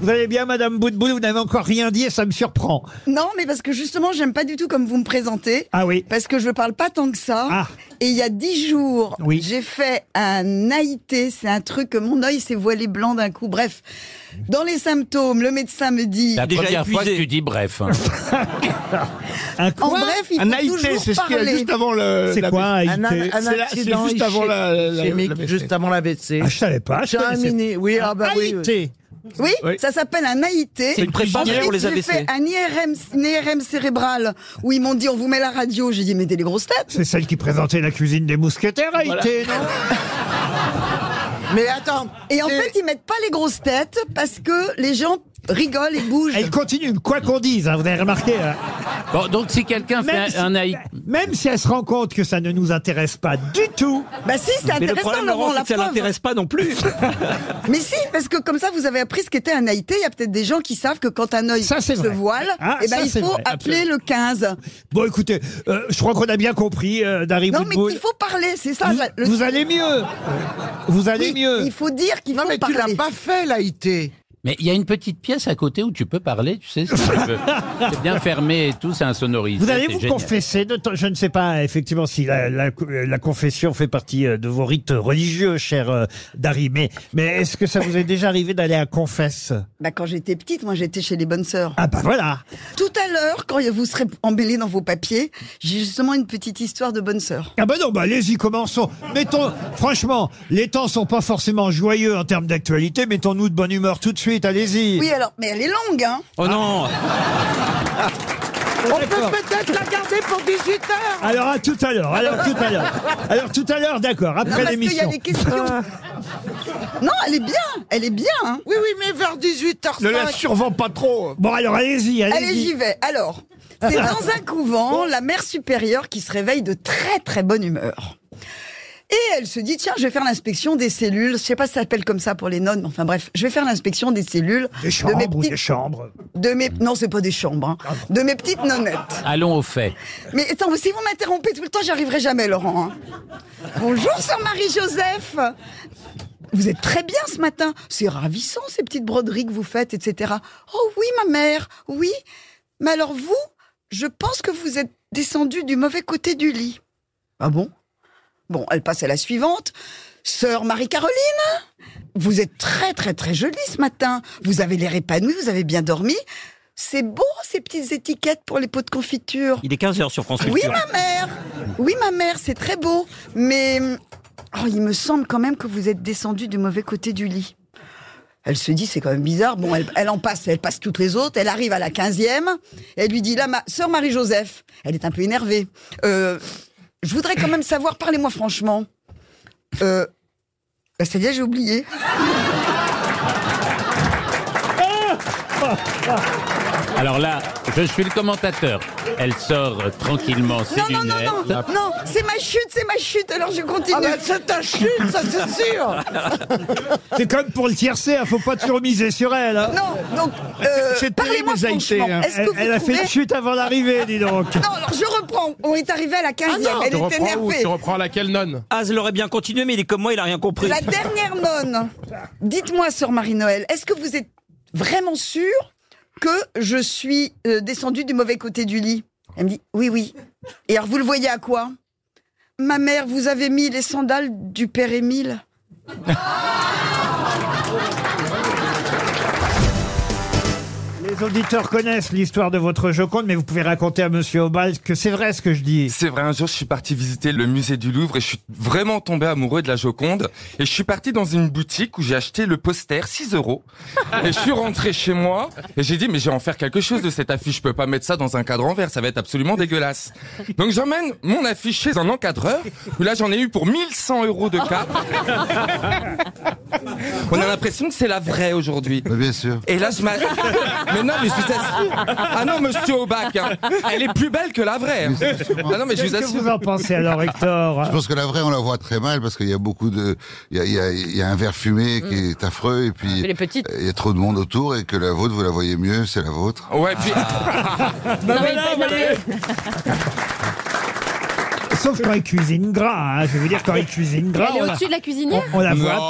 Vous allez bien, Madame Boutboul, vous n'avez encore rien dit et ça me surprend. Non, mais parce que justement, j'aime pas du tout comme vous me présentez. Ah oui. Parce que je parle pas tant que ça. Ah. Et il y a dix jours, Oui. j'ai fait un AIT. C'est un truc que mon œil s'est voilé blanc d'un coup. Bref, dans les symptômes, le médecin me dit. La Déjà première fois épuisé. que tu dis bref. hein. Un En quoi bref, il faut Un AIT, toujours c'est ce qu'il y a parler. juste avant le. C'est la quoi un, un AIT un C'est là- c'est accident juste avant la- la- la- ischémique, la vessie. juste avant l'AVC. Ah, je savais pas. Je C'est un connaissais pas. mini, oui, ah bah oui. oui. AIT. Oui, Oui. ça s'appelle un AIT. C'est une préparation Ensuite, pour les j'ai AVC. fait un IRM, une IRM cérébrale où ils m'ont dit on vous met la radio. J'ai dit mettez les grosses têtes. C'est celle qui présentait la cuisine des mousquetaires, AIT, non Mais attends, Et en fait, ils mettent pas les grosses têtes parce que les gens rigolent et bougent. Elle continue, quoi qu'on dise, hein, vous avez remarqué. hein. Bon, donc si quelqu'un fait Même, un- un si, haï- même si elle se rend compte que ça ne nous intéresse pas du tout, Bah si, c'est Mais le intéressant, problème, Laurent, Laurent, c'est la que ça preuve. l'intéresse pas non plus. Mais si, parce que comme ça, vous avez appris ce qu'était un AIT. Il y a peut-être des gens qui savent que quand un œil Ça, c'est se vrai. voile, Ah, eh ben, ça, il c'est faut vrai, appeler le 15. bon écoutez, euh, je crois qu'on a bien compris, euh, Dari Non, mais Boutboul. qu'il faut parler, c'est ça. vous, la- le- vous allez mieux Vous allez Oui, mieux Il faut dire qu'il non faut mais tu l'as parler. pas fait l'AIT. Mais il y a une petite pièce à côté où tu peux parler, tu sais, si tu veux. C'est bien fermé et tout, c'est insonorisé. Vous allez c'est vous génial. confesser, notamment- je ne sais pas effectivement si la, la- la confession fait partie euh, de vos rites religieux, cher euh, Dari, mais, mais est-ce que ça vous est déjà arrivé d'aller à confesse Bah, quand j'étais petite, moi, j'étais chez les bonnes sœurs. Ah bah voilà Tout à l'heure, quand vous serez embellés dans vos papiers, j'ai justement une petite histoire de bonnes sœurs. Ah bah non, bah allez-y, commençons. Mettons, franchement, les temps sont pas forcément joyeux en termes d'actualité, mettons-nous de bonne humeur tout de suite, allez-y. Oui, alors, mais elle est longue, hein. Oh non On peut peut-être la garder pour 18 heures. Alors à tout à l'heure, alors tout à l'heure. Alors tout à l'heure, d'accord, Non, après parce qu'il y a l'émission. des questions. Ah. non, elle est bien, elle est bien, hein. Oui oui, mais vers 18 h Ne la survends pas trop. Bon alors allez-y, allez-y. Allez, j'y vais. Alors, c'est dans un couvent, la mère supérieure qui se réveille de très très bonne humeur. Et elle se dit, tiens, je vais faire l'inspection des cellules. Je sais pas si ça s'appelle comme ça pour les nonnes, mais enfin bref, je vais faire l'inspection des cellules Des de mes chambres ou petites, des Ah chambres. de mes, non, c'est pas des chambres, hein, de mes petites nonnettes. Allons au fait. Mais attends, si vous m'interrompez tout le temps, j'y arriverai jamais, Laurent. hein. Bonjour, sœur Marie-Joseph. Vous êtes très bien ce matin. C'est ravissant, ces petites broderies que vous faites, etc. Oh oui, ma mère, oui. Mais alors vous, je pense que vous êtes descendue du mauvais côté du lit. Ah bon Bon, elle passe à la suivante. Sœur Marie-Caroline, vous êtes très très très jolie ce matin. Vous avez l'air épanouie, vous avez bien dormi. C'est beau ces petites étiquettes pour les pots de confiture. Il est 15h sur France Oui, Culture. ma mère. Oui, ma mère, c'est très beau. Mais oh, il me semble quand même que vous êtes descendu du mauvais côté du lit. Elle se dit, c'est quand même bizarre. Bon, elle, elle en passe, elle passe toutes les autres. Elle arrive à la 15e. Elle lui dit, là, ma sœur Marie-Joseph, elle est un peu énervée. Euh, je voudrais quand même savoir, parlez-moi franchement. Euh, bah, c'est-à-dire, j'ai oublié. Alors là, je suis le commentateur. Elle sort euh, tranquillement ses Non, non, non, lunettes. non, non, c'est ma chute, c'est ma chute, alors je continue. Ah bah c'est ta chute, ça c'est sûr. C'est comme pour le tiercé, hein, faut pas toujours miser sur elle. hein. Non, donc, euh, C'est terrible, parlez-moi les AIT, franchement. hein. Est-ce que Elle, vous elle a fait trouvez- Ah, une chute avant l'arrivée, dis donc. Non, alors je reprends. On est arrivé à la 15e. Ah Elle est énervée. reprends laquelle nonne Az l'aurait bien continué, mais il est comme moi, il a rien compris. La dernière nonne. Dites-moi, sœur Marie-Noël, est-ce que vous êtes vraiment sûre que je suis euh, descendue du mauvais côté du lit Elle me dit Oui, oui. Et alors, vous le voyez à quoi Ma mère, vous avez mis les sandales du père Émile. Les auditeurs connaissent l'histoire de votre Joconde, mais vous pouvez raconter à Monsieur Obal que c'est vrai ce que je dis. C'est vrai, un jour je suis parti visiter le musée du Louvre et je suis vraiment tombé amoureux de la Joconde. Et je suis parti dans une boutique où j'ai acheté le poster, 6 euros. Et je suis rentré chez moi et j'ai dit mais j'ai en faire quelque chose de cette affiche, je peux pas mettre ça dans un cadre en verre, ça va être absolument dégueulasse. Donc j'emmène mon affiche chez un encadreur, où là j'en ai eu pour 1100 euros de cadre. On a l'impression que c'est la vraie aujourd'hui. Bien sûr. Et là, je m'a... Mais non, mais je vous assure. Ah non, monsieur Aubac, hein. elle est plus belle que la vraie. hein. Ah non, mais je Qu'est-ce vous que vous assure. en pensez alors, Hector Je pense que la vraie, on la voit très mal parce qu'il y a beaucoup de. Il y a, il y a- il y a un verre fumé qui est affreux et puis. Mm. Ah, les petites. Il y a trop de monde autour et que la vôtre, vous la voyez mieux, c'est la vôtre. Ah, Ouais, puis. Non, mais il- non, mais- sauf quand il cuisine gras. hein. Je vais vous dire, quand il cuisine gras, Elle est on la, au-dessus de la cuisinière on la voit à Non,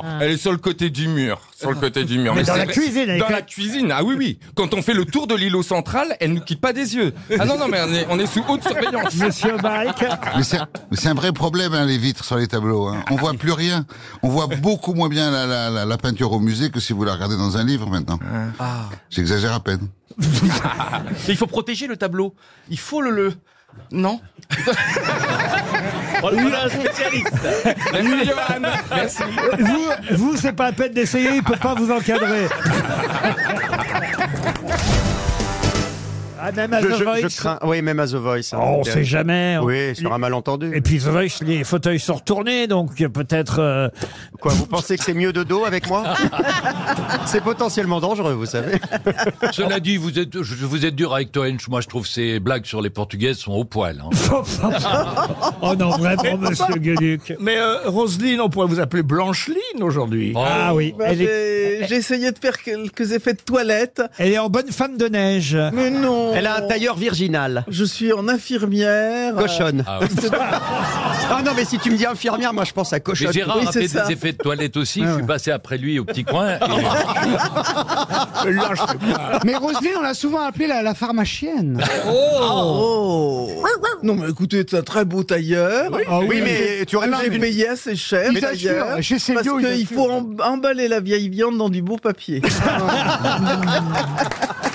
peine. Elle est sur le côté du mur, sur le côté du mur. Mais dans c'est la vrai- cuisine, elle est dans quand- la cuisine. Ah oui, oui. Quand on fait le tour de l'îlot central, elle nous quitte pas des yeux. Ah non, non, mais on est, on est sous haute surveillance. Monsieur Mike, Mais c'est mais c'est un vrai problème, hein, les vitres sur les tableaux. Hein. On voit plus rien. On voit beaucoup moins bien la, la, la, la peinture au musée que si vous la regardez dans un livre maintenant. Ah. J'exagère à peine. Mais il faut protéger le tableau. Il faut le le. Non Oh, voilà un spécialiste. Merci, Johan. Merci. vous, vous c'est pas à peine d'essayer, il peut pas vous encadrer. Ah, même à je, The je- je Voice. crains. Oui, même à The Voice. hein. Oh, on sait jamais. on- Oui, sur un malentendu. Et puis The Voice, les fauteuils sont retournés, donc euh, peut-être. euh, Quoi, vous pensez que c'est mieux de dos avec moi C'est potentiellement dangereux, vous savez. Cela dit, vous êtes, je, vous êtes dur avec Toen. Moi, je trouve ces blagues sur les Portugaises sont au poil. hein. Oh non, vraiment, monsieur Gueluc. Mais euh, Roselyne, on pourrait vous appeler Blancheline aujourd'hui. Ah oui, elle est, Bah, J'ai essayé de faire quelques effets de toilette. elle est en bonne femme de neige. Mais non Elle a un tailleur virginal. Je suis en infirmière. Cochonne. Ah oui. Ah non, mais si tu me dis infirmière, moi je pense à cochonne. Mais Gérard oui, a c'est fait ça. des effets de toilette aussi. Ah Je suis passé après lui au petit coin. et- Mais Roselyne, on l'a souvent appelée la, la pharmacienne. Oh. Non, mais écoutez, c'est un très beau tailleur. Ah Oui, mais tu aurais Elle pu est payé assez cher, Mais d'ailleurs, chez Célio, parce ils qu'il faut em- emballer la vieille viande dans du beau papier.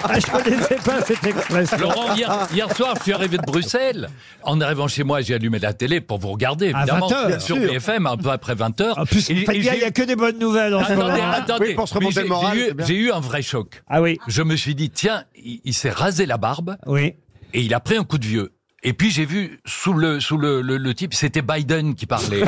Ah, je connaissais pas cette expression. Laurent, hier, hier soir, je suis arrivé de Bruxelles. En arrivant chez moi, j'ai allumé la télé pour vous regarder, À évidemment, 20 heures. Bien sur BFM, un peu après 20h. En plus, il ah. y a- il y a que des bonnes nouvelles en ce Attendez, moment. attendez. Oui, pour se remonter Mais le j'ai- moral, j'ai eu- c'est bien. J'ai eu un vrai choc. Ah oui, Je me suis dit, tiens, il, il s'est rasé la barbe oui. et il a pris un coup de vieux. Et puis j'ai vu sous le sous le, le- le type, c'était Biden qui parlait.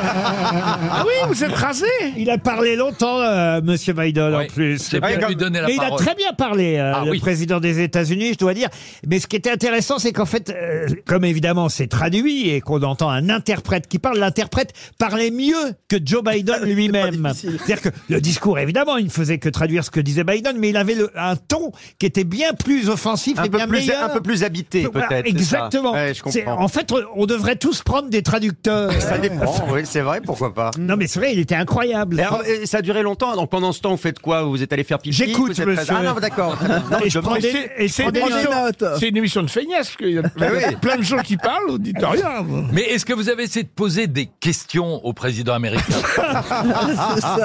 Ah oui, vous êtes rasé Il a parlé longtemps, euh, Monsieur Biden, en Ouais, plus. J'ai bien comme- lui donner la Mais il a parole. très bien parlé, euh, Ah le oui. président des États-Unis, je dois dire. Mais ce qui était intéressant, c'est qu'en fait, euh, comme évidemment c'est traduit et qu'on entend un interprète qui parle, l'interprète parlait mieux que Joe Biden lui-même. C'est-à-dire que le discours, évidemment, il ne faisait que traduire ce que disait Biden, mais il avait le- un ton qui était bien plus offensif un et peu, bien plus, meilleur. un peu plus habité, Voilà, peut-être. c'est ça. exactement. Ouais, je C'est- comprends. en fait, on devrait tous prendre des traducteurs. Ça dépend, oui, c'est vrai, pourquoi pas. non, mais c'est vrai, il était incroyable. Et alors, et ça a duré longtemps, donc pendant ce temps, vous faites quoi Vous êtes allé faire pipi J'écoute, Vous êtes resté- monsieur. Ah non, d'accord. très bien. Non, Et je demande- prends des- et je prends des notes. C'est une émission de feignasse, parce qu'il y a Mais oui. plein de gens qui parlent, vous dites rien. vous. Mais est-ce que vous avez essayé de poser des questions au président américain Non,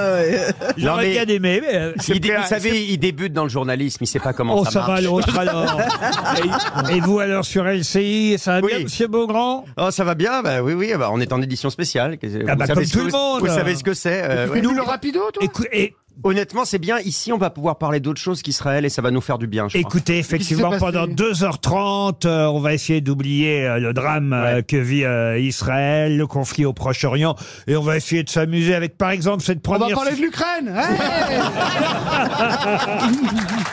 J'aurais mais- bien aimé, mais, euh, Il dé- vous savez, il débute dans le journalisme, il sait pas comment Oh, ça, ça, va marche. l'autre alors. et, et vous alors sur LCI, ça va Oui. bien, monsieur Beaugrand Oh, ça va bien Bah oui, oui, bah, on est en édition spéciale. Ah bah, savez comme ce tout que le vous- monde. Vous savez ce que c'est euh, ouais. le rapido, toi Écou- et- Honnêtement, c'est bien. Ici, on va pouvoir parler d'autre chose qu'Israël et ça va nous faire du bien, je crois. Écoutez, effectivement, pendant 2h30, euh, on va essayer d'oublier euh, le drame euh, que vit euh, Israël, le conflit au Proche-Orient, et on va essayer de s'amuser avec, par exemple, cette On première... va parler de l'Ukraine. hein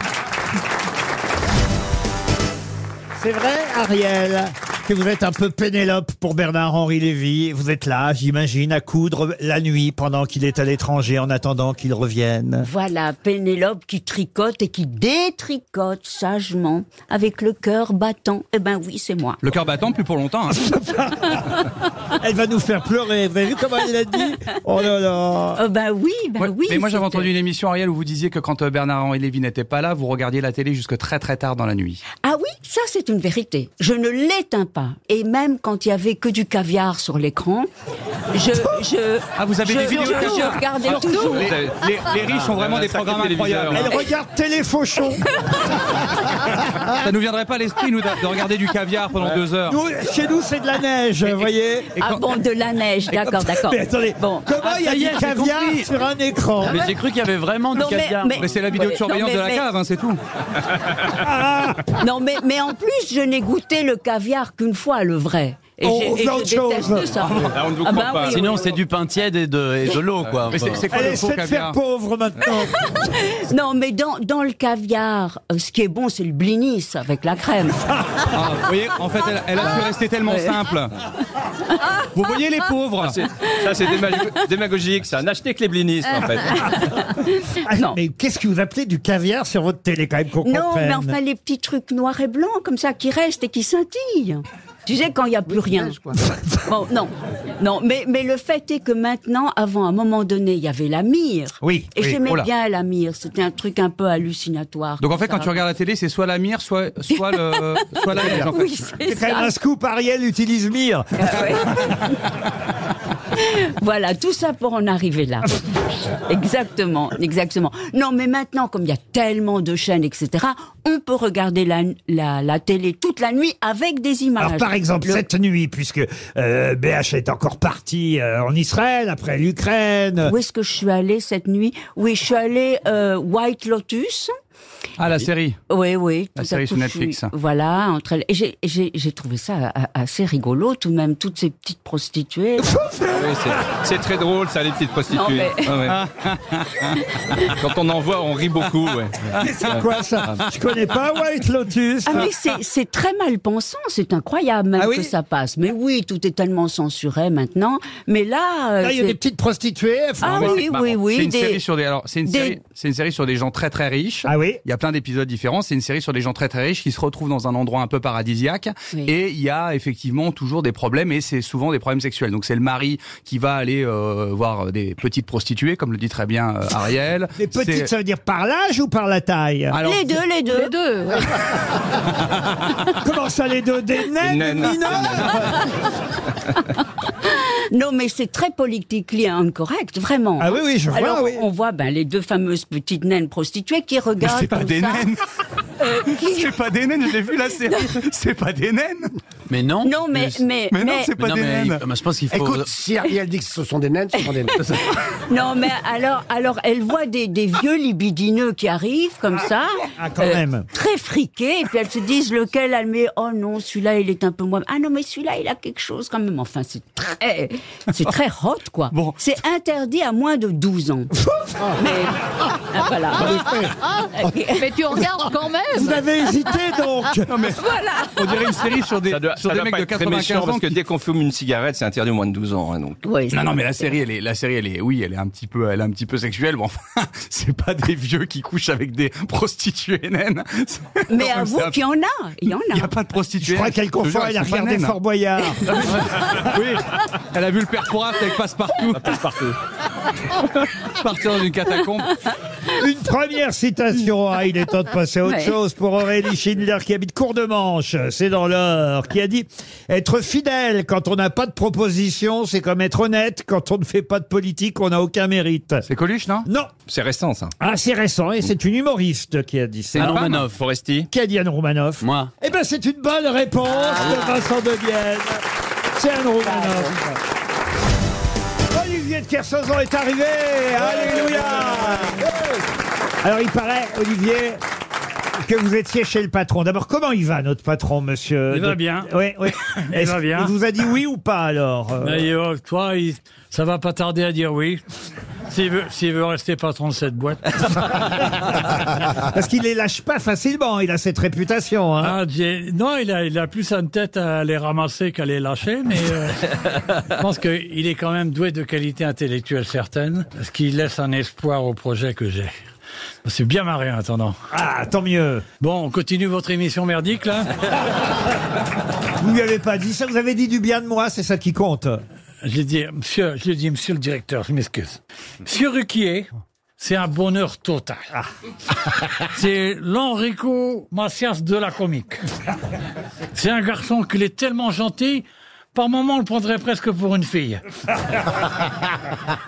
C'est vrai, Ariel, que vous êtes un peu Pénélope pour Bernard-Henri Lévy. Vous êtes là, j'imagine, à coudre la nuit pendant qu'il est à l'étranger, en attendant qu'il revienne. Voilà, Pénélope qui tricote et qui détricote sagement, avec le cœur battant. Eh ben oui, c'est moi. Le cœur battant, plus pour longtemps. hein. Elle va nous faire pleurer. Vous avez vu comment elle l'a dit Oh là là Oh ben oui, ben Ouais, oui. mais moi, j'avais c'est- entendu une émission, Ariel, où vous disiez que quand euh, Bernard-Henri Lévy n'était pas là, vous regardiez la télé jusque très très tard dans la nuit. Ah oui, ça c'est une vérité. Je ne l'éteins pas. Et même quand il y avait que du caviar sur l'écran, je, je. Ah, vous avez je, des vidéos je caviar regardais Alors, toujours. Ah, les, les- les riches ont vraiment des programmes bah incroyables. Elle regarde Téléfauchon. Ça nous viendrait pas à l'esprit, nous, de de regarder du caviar pendant deux heures. Nous, chez nous, c'est de la neige, vous voyez. Ah bon, de la neige, d'accord, d'accord. Mais attendez, Bon. comment il y a du caviar sur un écran Mais j'ai cru qu'il y avait vraiment Non, mais- mais- c'est la vidéo de Ouais, surveillance non, mais- de la mais- cave, hein, c'est tout. Non, mais, mais en plus, je n'ai goûté le caviar qu'une fois, le vrai. Et Oh, j'ai- et plein de je déteste choses. ça. Ah ben oui, oui, oui. du pain tiède et de, l'eau, quoi. Mais c'est c'est quoi Elle le essaie faux de faire caviar pauvre maintenant. Non, mais dans, dans le caviar, euh, ce qui est bon, c'est le blinis avec la crème. Ah, Vous voyez, en fait, elle, elle a su rester tellement simple. Vous voyez les Ah, pauvres Ça, c'est démagogique, ça. N'achetez que les blinis, en fait. Ah, Non. Mais qu'est-ce que vous appelez du caviar sur votre télé quand même qu'on Non, comprenne mais enfin, les petits trucs noirs et blancs, comme ça, qui restent et qui scintillent. Tu sais, quand il n'y a plus rien. Bon, non, non, mais, mais le fait est que maintenant, avant, à un moment donné, il y avait la mire. Oui, Et oui, j'aimais oh là. bien la mire. C'était un truc un peu hallucinatoire. Donc en comme fait, quand ça. tu regardes la télé, c'est soit la mire, soit, soit, le, soit la neige. En fait. Oui, c'est quand même ça. un scoop, Ariel utilise mire. Voilà, tout ça pour en arriver là. exactement, exactement. Non, mais maintenant, comme il y a tellement de chaînes, etc., on peut regarder la, la, la télé toute la nuit avec des images. Alors, par exemple, Ah, Le- cette nuit, puisque euh, BH est encore parti euh, en Israël, après l'Ukraine. Où est-ce que je suis allée cette nuit Oui, je suis allée euh, White Lotus. Ah, la série. Oui, oui. La tout à série coup, sur je Netflix. suis- Voilà, entre elles. Et j'ai- j'ai j'ai trouvé ça a- assez rigolo, tout de même, toutes ces petites prostituées. là. Oui, c'est- c'est très drôle, ça, les petites prostituées. Non, mais- Ah, ouais. Quand on en voit, on rit beaucoup. Ouais. Mais c'est quoi ça Je connais pas White Lotus. Ah mais c'est- c'est très mal pensant, c'est incroyable même que ça passe. Mais oui, tout est tellement censuré maintenant. Mais là, euh, Là, il y a c'est- des petites prostituées. Ah Mais oui, c'est marrant. oui, oui. C'est une des- série sur des. alors, c'est une, des- série- c'est une série sur des gens très très riches. Ah oui. Il y a plein d'épisodes différents. C'est une série sur des gens très très riches qui se retrouvent dans un endroit un peu paradisiaque. Oui. Et il y a effectivement toujours des problèmes et c'est souvent des problèmes sexuels. Donc c'est le mari qui va aller euh, voir des petites prostituées, comme le dit très bien euh, Ariel. Les C'est- petites, ça veut dire par l'âge ou par la taille Alors, les deux, les deux. Les deux. Comment ça, les deux Des naines, naines. mineures Non, mais c'est très politiquement incorrect, vraiment. Ah oui, oui, je vois, Alors, oui. on voit ben, les deux fameuses petites naines prostituées qui Mais regardent. c'est pas comme des ça. naines. Euh, qui- C'est pas des naines, je l'ai vu la série. C'est pas des naines. Mais non. Non, mais- mais- Mais non, mais- c'est pas des mais- euh, naines. mais je pense qu'il faut. euh, Écoute, si Ariel dit que ce sont des naines, ce sont des naines. Non, mais alors, alors elle voit des, des vieux libidineux qui arrivent comme ça. Ah, quand même. Très friqués. Et puis elles se disent lequel elle met. Oh non, celui-là, il est un peu moins. Ah non, mais celui-là, il a quelque chose quand même. Enfin, c'est très. C'est très hot, quoi. Bon. C'est interdit à moins de 12 ans. mais. ah, voilà. Mais tu regardes quand Vous même avez hésité, donc Voilà On dirait une série sur des, Ça doit, sur ça des doit mecs pas de être très méchant 95 ans parce que dès qu'on fume une cigarette, c'est interdit au moins de 12 ans. hein, donc. Ouais, c'est- Non, non, mais la série, elle est, la série, elle est, oui, elle est un petit peu, elle est un petit peu sexuelle. Bon, enfin, c'est pas des vieux qui couchent avec des prostituées naines. C'est- quand Mais même, avoue c'est un- qu'il y en a. Il y en Il n'y a a. pas de prostituées. Je crois qu'elle confond, elle a hein. regardé Fort Boyard. Oui, elle a vu le père Poirot avec Passepartout. Passepartout. Partir dans une catacombe. Une première citation. Ah, il est temps de passer à autre Ouais. chose pour Aurélie Schindler qui habite Cour-de-Manche, c'est dans l'heure, qui a dit Être fidèle quand on n'a pas de proposition, c'est comme être honnête quand on ne fait pas de politique, on n'a aucun mérite. C'est Coluche, non? Non, C'est récent, ça. ah, c'est récent et c'est une humoriste qui a dit C'est ça. Anne Ah, Romanoff. Foresti Qui a dit Anne Romanoff Moi. Eh ben, c'est une bonne réponse de Vincent Debienne. C'est Anne Romanoff. Olivier de Kersauzon est arrivé Alléluia Alors, il paraît, Olivier, que vous étiez chez le patron. D'abord, comment il va, notre patron, monsieur Il va de- bien. Oui, oui. Il Est-ce va bien. qu'il vous a dit oui ou pas, alors euh, D'ailleurs, toi, il- ça va pas tarder à dire oui. S'il veut, s'il veut rester patron de cette boîte. Parce qu'il les lâche pas facilement, il a cette réputation. hein. Ah, j'ai- non, il a, il a plus une tête à les ramasser qu'à les lâcher, mais euh, je pense qu'il est quand même doué de qualités intellectuelles certaines, ce qui laisse un espoir au projet que j'ai. Je me suis bien marré en attendant. ah tant mieux Bon, on continue votre émission merdique, là Vous lui avez pas dit ça, vous avez dit du bien de moi, c'est ça qui compte. J'ai dit, monsieur, j'ai dit, monsieur le directeur, je m'excuse. Monsieur Ruquier, c'est un bonheur total. C'est l'Enrico Macias de la comique. C'est un garçon qu'il est tellement gentil, par moments, on le prendrait presque pour une fille.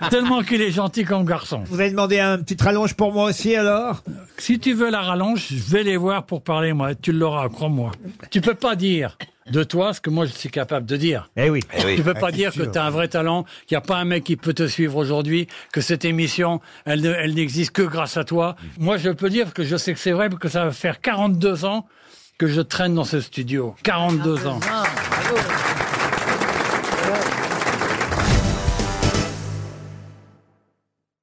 tellement qu'il est gentil comme garçon. Vous avez demandé un petit rallonge pour moi aussi alors Si tu veux la rallonge, je vais les voir pour parler, moi. Tu l'auras, crois-moi. Tu peux pas dire de toi ce que moi je suis capable de dire. Eh oui. Tu peux pas dire que tu as un vrai talent, qu'il n'y a pas un mec qui peut te suivre aujourd'hui, que cette émission, elle, ne- elle n'existe que grâce à toi. Moi, je peux dire que je sais que c'est vrai, parce que ça va faire 42 ans que je traîne dans ce studio. 42 ans.